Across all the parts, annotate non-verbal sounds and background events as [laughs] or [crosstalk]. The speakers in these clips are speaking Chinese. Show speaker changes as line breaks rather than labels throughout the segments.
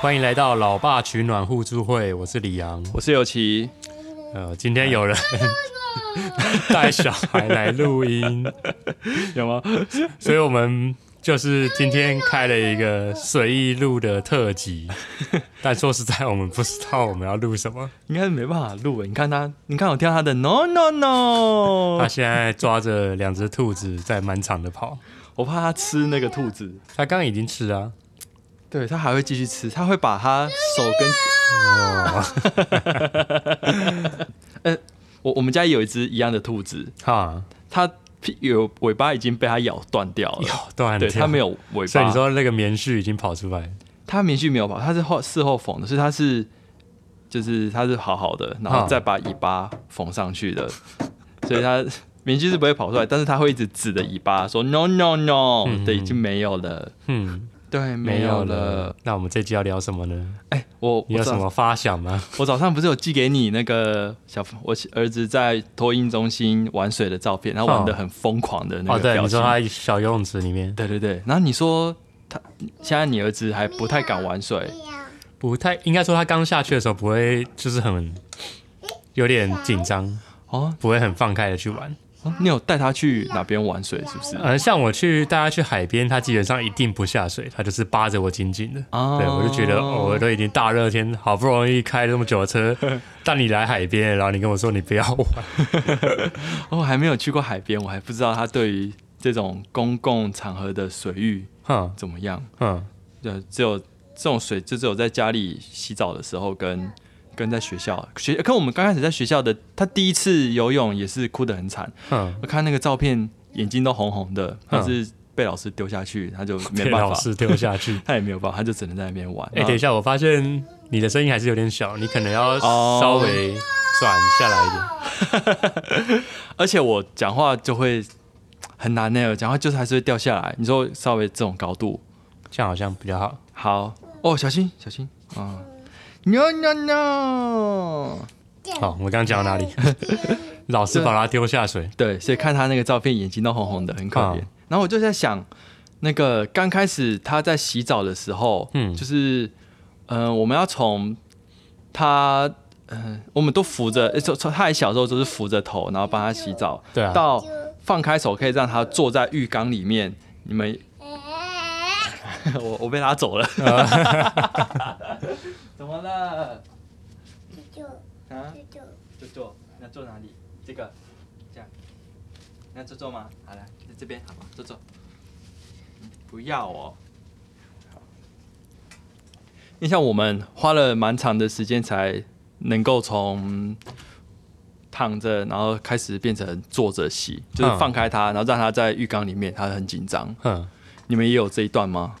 欢迎来到老爸取暖互助会，我是李阳。
我是尤其，
呃，今天有人
哎
[laughs] 带小孩来录音，
有吗？
所以我们就是今天开了一个随意录的特
[laughs]
辑。但说实在，我们不知道我们要录什么。
[laughs] 应该是没办法录。你看他，你看我听到他的 no no
他
no，
现在抓着两只兔子在满场的跑，
我怕他吃那个兔子，
他刚刚已经吃了、啊。
对他还会继续吃，他会把他手跟
哦，
[laughs] 呃我我们家有一只一样的兔子，
哈，
它屁有尾巴已经被它咬断掉了，
咬断
对，
掉，
它没。有尾巴。
所以你说那个棉絮已经跑出来，
它棉絮没有跑，它是后事后缝的，所以它是就是它是好好的，然后
嗯
再把尾巴缝上去的，所以它 [laughs] 棉絮是不会跑出来，但是它会一直指着尾巴说 no no no，、
嗯
对，已经没有了，
嗯，
对，没
没
有
有
了
了。。那我们这集要聊什么呢？
哎、我
你有
我
什
早
么发想吗？
我早上不是有寄给你那个小我儿子在托婴中心玩水的照片，然后玩的很疯狂的那
哦，
个
对，
表
你
情。
说他小游泳池里面
对对对，然后你说他现在你儿子还不太敢玩水，
不太，应该说他刚下去的时候不会，就是很有点紧张，
哦，
不会很放开的去玩。
哦你有带他去哪边玩水是不是？
呃，像我去大家去海边，他基本上一定不下水，他就是扒着我紧紧的。
哦
对，我就觉得、哦、我都已经大热天，好不容易开了这么久的车，但你来海边，然后你跟我说你不要玩，
哦，我还没有去过海边，我还不知道他对于这种公共场合的水域
哼
怎么样。
哼，
对，只有这种水就只有在家里洗澡的时候跟跟在学校学，跟我们刚开始在学校的，他第一次游泳也是哭得很惨。
哼，
我看那个照片，眼睛都红红的，
嗯
但是被老师丢下去，他就没
被
办
老
法，嗯
师丢下
[laughs]
去。
他也没有办法，他就只能在那边玩。
哎、等一下，我发现你的声音还是有点小，你可能要
哦
稍微转下来一点。
啊而且我讲话就会很难欸呢，我讲话就是还是会掉下来。你说稍微这种高度，
这样好像比较好。
好哦，小心小心啊、No no no！
好，我们刚刚讲到哪里？老师把他丢下水。
对，所以看他那个照片，眼睛都红红的，很可怜。
啊
然后我就在想，那个刚开始他在洗澡的时候，
嗯
嗯，就是，呃，我们要从他，呃，我们都扶着，呃从从他还小时候就是扶着头，然后帮他洗澡，
对啊，
到放开手可以让他坐在浴缸里面。你们， [laughs] 我我被拉走
[laughs]
了， [laughs] 怎么了？啊，坐坐，那坐哪里？这个，这样，那坐坐吗？好来，在这边好吗？坐坐。嗯不要哦。因为像我们花了蛮长的时间才能够从躺着，然后开始变成坐着洗，就是
嗯
放开它，然后让它在浴缸里面，它很紧张。
嗯，
你们也有这一段吗？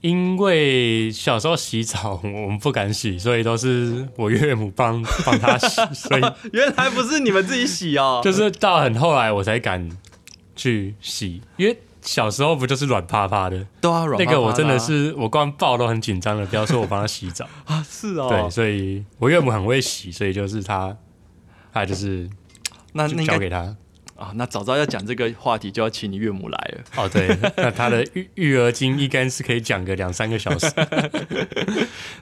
因为小时候洗澡我们不敢洗，所以都是我岳母帮帮他洗，所以
[laughs] 原来不是你们自己洗 [laughs] 哦，
[laughs] 就是到很后来我才敢去洗，因为小时候不就是软趴趴的，
都要软
那
趴趴
个
啊
我真的是我光抱都很紧张的，不要说我帮他洗澡。
啊， [laughs] 是哦，
对，所以我岳母很会洗，所以就是她，她就是
那那
就
应
交
该
给她。
啊，那早知道要讲这个话题，就要请你岳母来了。
哦，对，那他的育育儿经应该是可以讲个两三个小 [laughs] 时。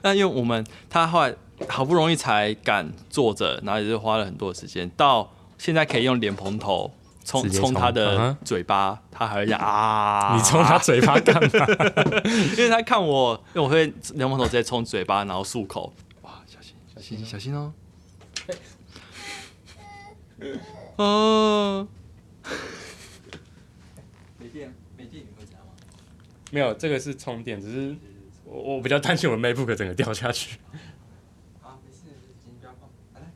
那因为我们他后来好不容易才敢坐着，然后也是花了很多时间，到现在可以用莲蓬头冲
直接
冲他
冲嗯
的
哼
嘴巴，他还会讲啊，
[laughs] 你从他，嘴巴干嘛？
因为他看我，因为我会莲蓬头直接冲嘴巴，然后漱口。哇，小心小心小心 [laughs] 哦！哦，没电没电你会怎样吗？
没有，这个是充电，只是我我比较担心我的 MacBook 整个掉下去。
啊，没事，先不要碰，来，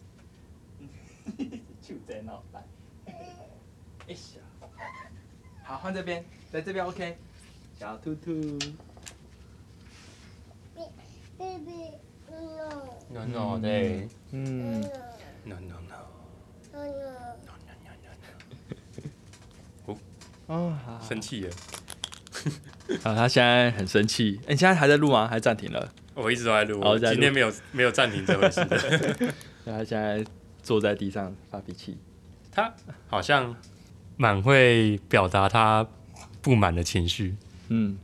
[laughs] 就在那来，哎呀，好，换这边，在这边 OK，小兔兔，
No
no, 哦对嗯，
no no no，
哦，好，
生气了，
好，啊他现在很生气，哎、你现在还在录吗？还暂停了？
我一直都在录，
好
我
在录
今天没有没有暂停这回 [laughs] 事的。
对他现在坐在地上发脾气，
他好像蛮会表达他不满的情绪，
嗯，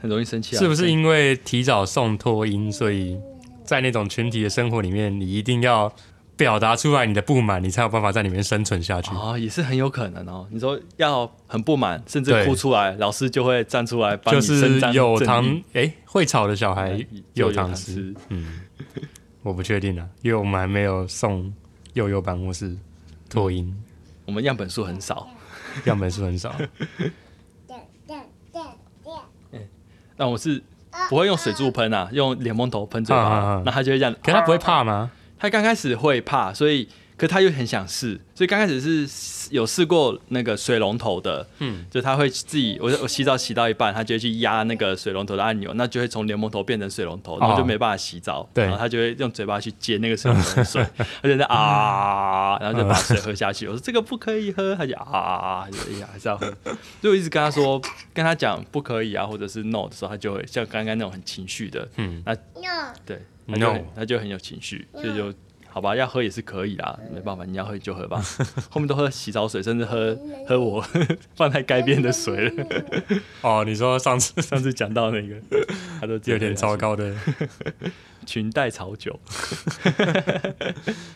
很容易生气啊。
是不是因为提早送托婴，所以在那种群体的生活里面，你一定要表达出来你的不满，你才有办法在里面生存下去？
哦，也是很有可能哦。你说要很不满，甚至
对
哭出来，老师就会站出来帮
就
你伸
是
张
有
正
糖
义，
哎、会吵的小孩
嗯
有
就有
糖
糖
吃
吃。
嗯，我不确定啊，因为我们还没有送幼幼班或是托婴，
我们样本数很少。
样本数很
[laughs]
少。
但我是不会用水柱喷啊，用脸蒙头喷嘴
啊啊
巴
啊，
那他就会这样。
可他不会怕吗？
他刚开始会怕，所以可他又很想试，所以刚开始是有试过那个水龙头的，
嗯，
就他会自己，我我洗澡洗到一半，他就会去压那个水龙头的按钮，那就会从联盟头变成水龙头，然后就没办法洗澡，
哦对
然后他就会用嘴巴去接那个水龙头的水，他就在啊，然
[laughs]
后就
嗯
把水喝下去。我说这个不可以喝，他就啊，就哎呀还是要喝，所以我一直跟他说，跟他讲不可以啊，或者是 no 的时候，他就会像刚刚那种很情绪的，
嗯，
对，他就
No
很他就很有情绪，所以就好吧，要喝也是可以啦，没办法，你要喝你就
[laughs]
喝吧。后面都喝洗澡水，甚至喝喝我 [laughs] 放在街边的水了。
哦，你说上次
上次讲到那个， [laughs] 他都
有点糟，糕的，
裙带草酒。 [laughs]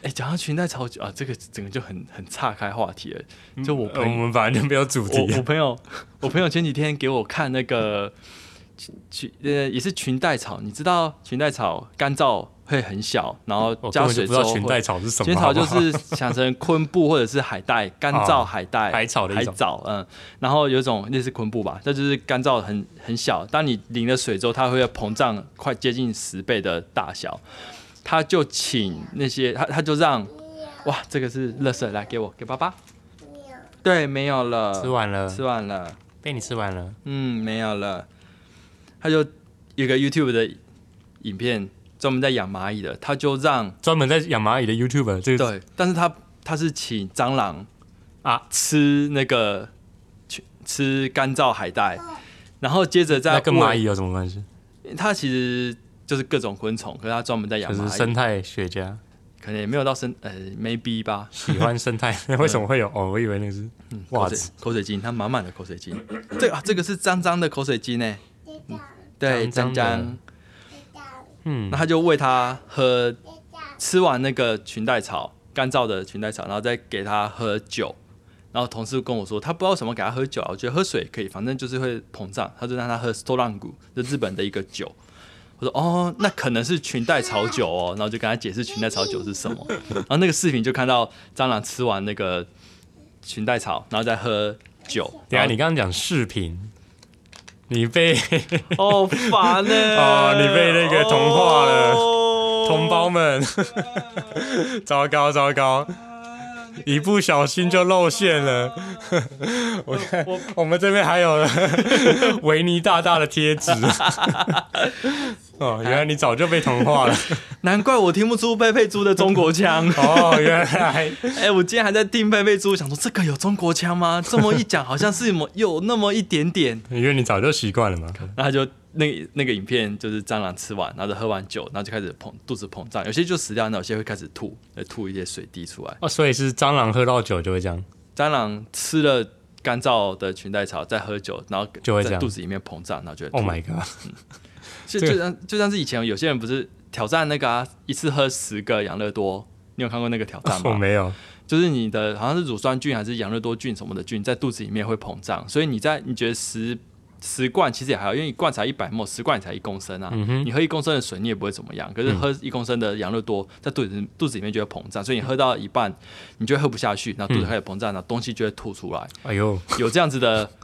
哎、讲到裙带草酒啊，这个整个就很很岔开话题了。就我
呃我
朋友，
们反正没有主题
我我朋友，我朋友前几天给我看那个裙呃也是裙带草，你知道裙带草干燥会很小，然后
哦我根
加
本就
水
不
之
知道
后
裙
会
带草是什么。
仙草就
好不好
是想成昆布或者是海带，干燥
哦
海带、
海草的
海
一种
藻，嗯，然后有一种类似昆布吧，这就是干燥很很小，当你淋了水之后，它会膨胀快接近十倍的大小。他就请那些他他就让哇，这个是垃圾，来给我给爸爸。对，没有了，
吃完了，
吃完了，
被你吃完了。
嗯，没有了。他就有个 YouTube 的影片专门在养蚂蚁的，他就让
专门在养蚂蚁的 YouTuber，这个
对，但是他他是请蟑螂
啊
吃那个去吃干燥海带，然后接着再
那跟
喂
蚂蚁，有什么关系？
它其实就是各种昆虫，可是它专门在养
就
蚂
是
蚁，
生态学家
可能也没有到生呃 maybe 吧，
喜欢生态， [laughs] 为什么会有？哦，我以为那个是
嗯，
哇
口水口水巾，它满满的口水巾，这个、啊、这个是脏脏的口水巾呢，对，
脏
脏
脏的
脏，
嗯
那，他就喂它喝，吃完那个裙带草干燥的裙带草，然后再给它喝酒。然后同事跟我说，他不知道为什么给他喝酒啊，我觉得喝水可以，反正就是会膨胀，他就让他喝 s t o r a n g u 就日本的一个酒。我说哦，那可能是裙带草酒哦，然后就跟他解释裙带草酒是什么。然后那个视频就看到蟑螂吃完那个裙带草，然后再喝酒。
等一下
然后
你刚刚讲视频，你被
哦烦呢、
哦你被那个同化了
哦
同胞们， [laughs] 糟糕糟糕，
[laughs]
一不小心就露馅了。我看
我
我们这边还有 [laughs] 维尼大大的贴
[laughs]
纸，哦，原来你早就被同
[laughs]
化了。。
哦难怪我听不出佩佩猪的中国腔 [laughs]
哦，原来
哎、我今天还在听佩佩猪，想说这个有中国腔吗？这么一讲，好像是有有那么一点点。
因为你早就习惯了
[laughs]
嘛。
然后他就那个那个影片就是蟑螂吃完，然后就喝完酒，然后就开始膨肚子膨胀，有些就死掉，那有些会开始吐，呃吐一些水滴出来。
哦，所以是蟑螂喝到酒就会这样。
蟑螂吃了干燥的裙带草，再喝酒，然后
就会这
在
样
肚子里面膨胀，然后就会吐
Oh my god！
就
这个
就像就像是以前有些人不是挑战那个啊，一次喝十个养乐多，你有看过那个挑战
我
吗？
哦没有。
就是你的好像是乳酸菌还是养乐多菌什么的菌在肚子里面会膨胀，所以你在你觉得十十罐其实也还好，因为一罐才一百沫，十罐才一公升啊，
嗯
你喝一公升的水你也不会怎么样，可是喝一公升的养乐多在肚子肚子里面就会膨胀，所以你喝到一半你就会喝不下去，然后肚子开始膨胀，然后东西就会吐出来，
哎呦，
有这样子的。 [laughs]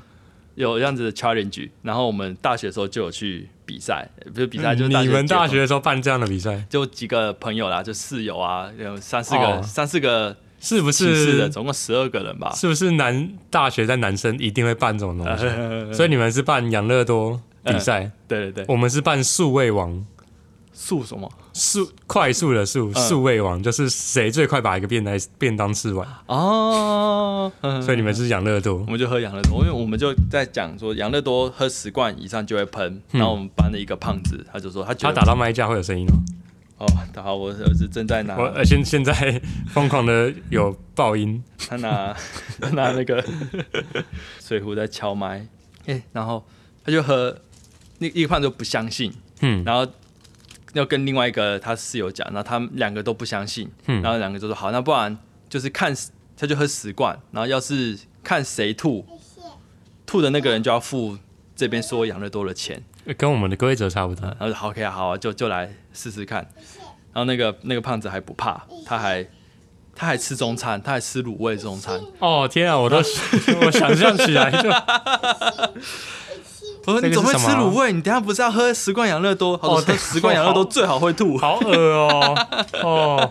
有这样子的 challenge，然后我们大学的时候就有去比赛，呃不是比赛，就是
嗯你们
大
大
学
学的时候办这样的比赛，
就几个朋友啦，就室友啊，有三四个、
哦
三四个
是不
寝室的，
是？
总啊共十二个人吧。
是不是男大学在男生一定会办这种东西？
呃
嗯所以你们是哦办养乐多
嗯
比赛，
[laughs] 对对对，
我们是办数位王，
素什么？
数快速的速，
嗯
数位王就是谁最快把一个便当便当吃完。
[laughs] 哦，嗯
所以你们是养乐多
我，们就喝养乐多，因为我们就在讲说养乐多喝十罐以上就会喷。然后我们班的一个胖子，他就说他
嗯
觉
他
得
打到麦架会有声音哦。
哦，好，我儿子正在拿
我呃现现在 [laughs] 疯狂的有爆音，
他
[laughs]
拿他拿那个水壶在敲麦，哎、然后他就喝，那一个胖子不相信，
嗯
然后要跟另外一个他室友讲，然后他们两个都不相信，
嗯
然后两个就说好，那不然就是看他就喝十罐，然后要是看谁吐吐的那个人就要付这边说养乐多的钱，
跟我们的规则差不多
然。后就好 OK 啊好啊，就就来试试看。然后那个那个胖子还不怕，他还他还吃中餐，他还吃卤味中餐。
哦天啊，我
[laughs]
都我想象起来就
我说
这
你
个是
怎么会吃
什么
卤味？你等一下不是要喝十罐养乐多？好，
对
喝十罐养乐多
好
最好会吐。然
好恶哦 [laughs] 哦，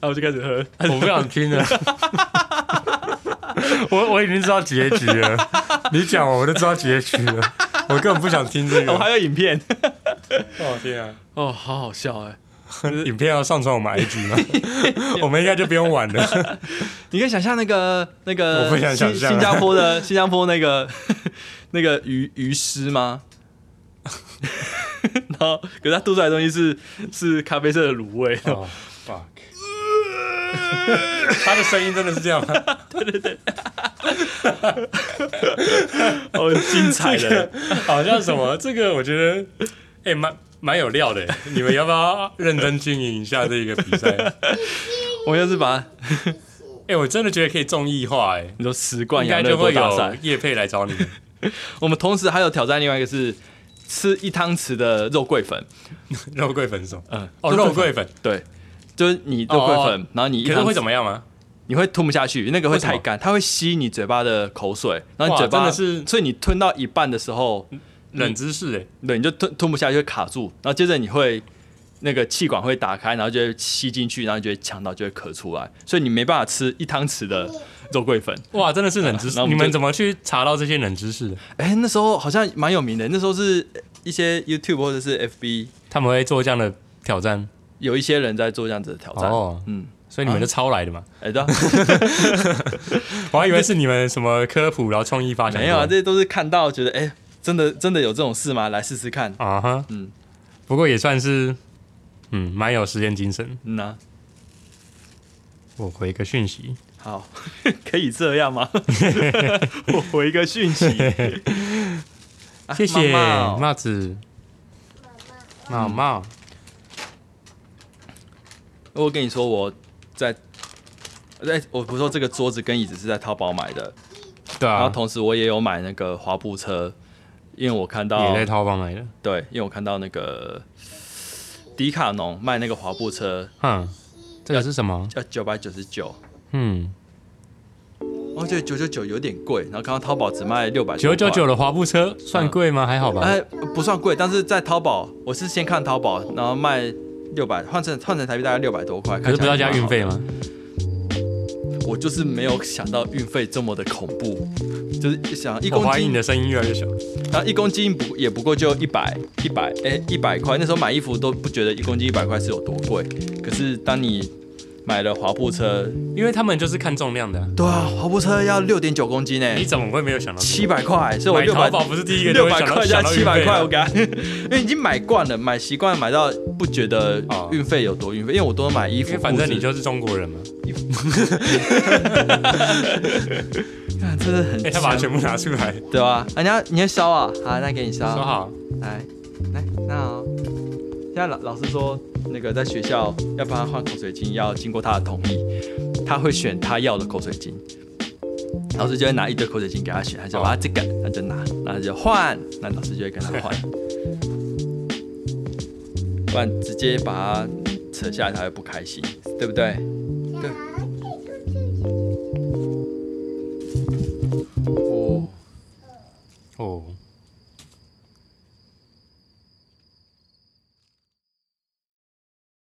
后我就开始喝，
我不想听 [laughs] 了。我我已经知道结局了，你讲我都知道结局了，我根本不想听这个。
我还有影片。
哦天啊！
哦，好好笑哎！
影片要上传我们 IG [laughs] 吗？我们应该就不用玩了。
你可以想象那个那个
我不想想
新
象
新加坡的新加坡那个那个鱼鱼师吗？然后，可是他吐出来的东西是是咖啡色的卤味，
哦 fuck！他的声音真的是这样吗？
哦，精彩的！
好像什么？这个我觉得，哎、蛮蛮有料的。你们要不要认真经营一下这个比赛？ [laughs]
我要是把
哎、我真的觉得可以综艺化、哎，
你说十罐
应
养
该
乐
就
多
会
大
有
赛，
叶配来 [laughs] 找你们。
我们同时还有挑战另外一个是吃一汤匙的肉桂粉，
肉桂粉手，
嗯，
哦，肉桂粉，
对，就是你肉桂粉，
哦
然后你一
可是
汤
会
匙
怎么样吗？
你会吞不下去，那个会
为什么
太干，它会吸你嘴巴的口水，然后你
哇
嘴巴
真的是
所以你吞到一半的时候，
冷知识、哎、
对，你就吞吞不下去，会卡住，然后接着你会那个气管会打开，然后就会吸进去，然后你就会呛到，就会咳出来，所以你没办法吃一汤匙的肉
[laughs]
桂粉。
哇，真的是冷知识。
然后我们
你
就
们怎么去查到这些冷知识的？
哎，那时候好像蛮有名的，那时候是一些 YouTube 或者是 FB
他们会做这样的挑战，
有一些人在做这样子的挑战。
哦
嗯，
所以你们就抄来的嘛？
哎，对啊，
我还以为是你们什么科普，然后创意发想。 [laughs]
没有啊，这些都是看到觉得，哎，真的真的有这种事吗？来试试看。
啊哈，
嗯
不过也算是，嗯，蛮有实验精神。
嗯呐、
我回个讯息，
好， [laughs] 可以这样
[laughs]
吗？我回个讯息，啊
谢谢
妈妈哦
帽子，帽帽，
我跟你说，我在，在我不是说这个桌子跟椅子是在淘宝买的，
对
然后
啊，
同时我也有买那个滑步车，因为我看到
也在淘宝买的，
对，因为我看到那个迪卡侬卖那个滑步车
哼，这个是什么？
要九百九十九，
嗯，
我觉得九九九有点贵，然后看到淘宝只卖六百
九九九的滑步车
嗯
算贵吗？还好吧，
哎，不算贵，但是在淘宝，我是先看淘宝，然后卖六百，换成换成台币大概六百多块。
可是不是要加运费
吗？
吗？
我就是没有想到运费这么的恐怖，就是想一
我
公
怀疑
斤
你，的声音越来越小。
然后一公斤不也不过就一百一百，哎，一百块。那时候买衣服都不觉得一公斤一百块是有多贵，可是当你买了滑步车，
因为他们就是看重量的啊，
对啊，滑步车要六点九公斤呢
你，怎么会没有想到？
哎七百块，所以我
买
六
淘
百
宝不是第一个就
六
会
百
想到
块
想
加
到
七
运
百
费啊
块，我
吗
给他， [laughs] 因为已经买惯了，买习惯了，买到不觉得
哦
运费有多运费，因为我都买衣
因
服
为，反正
裤子
你就是中国人嘛。
看 [laughs] 真的
[laughs]
很
哎，他把它
香
全部拿出来，收
对吧？啊，你要你要削啊，好，那给你削，
好。
[laughs] 来来，那哦好。现在老老师说，那个在学校要帮他换口水巾，要经过他的同意，他会选他要的口水巾。老师就会拿一堆口水巾给他选，他就
哦
我要这个，他就拿，然后他就换，那老师就会跟他换，不然直接把他扯下来，他会不开心，对不对？
哦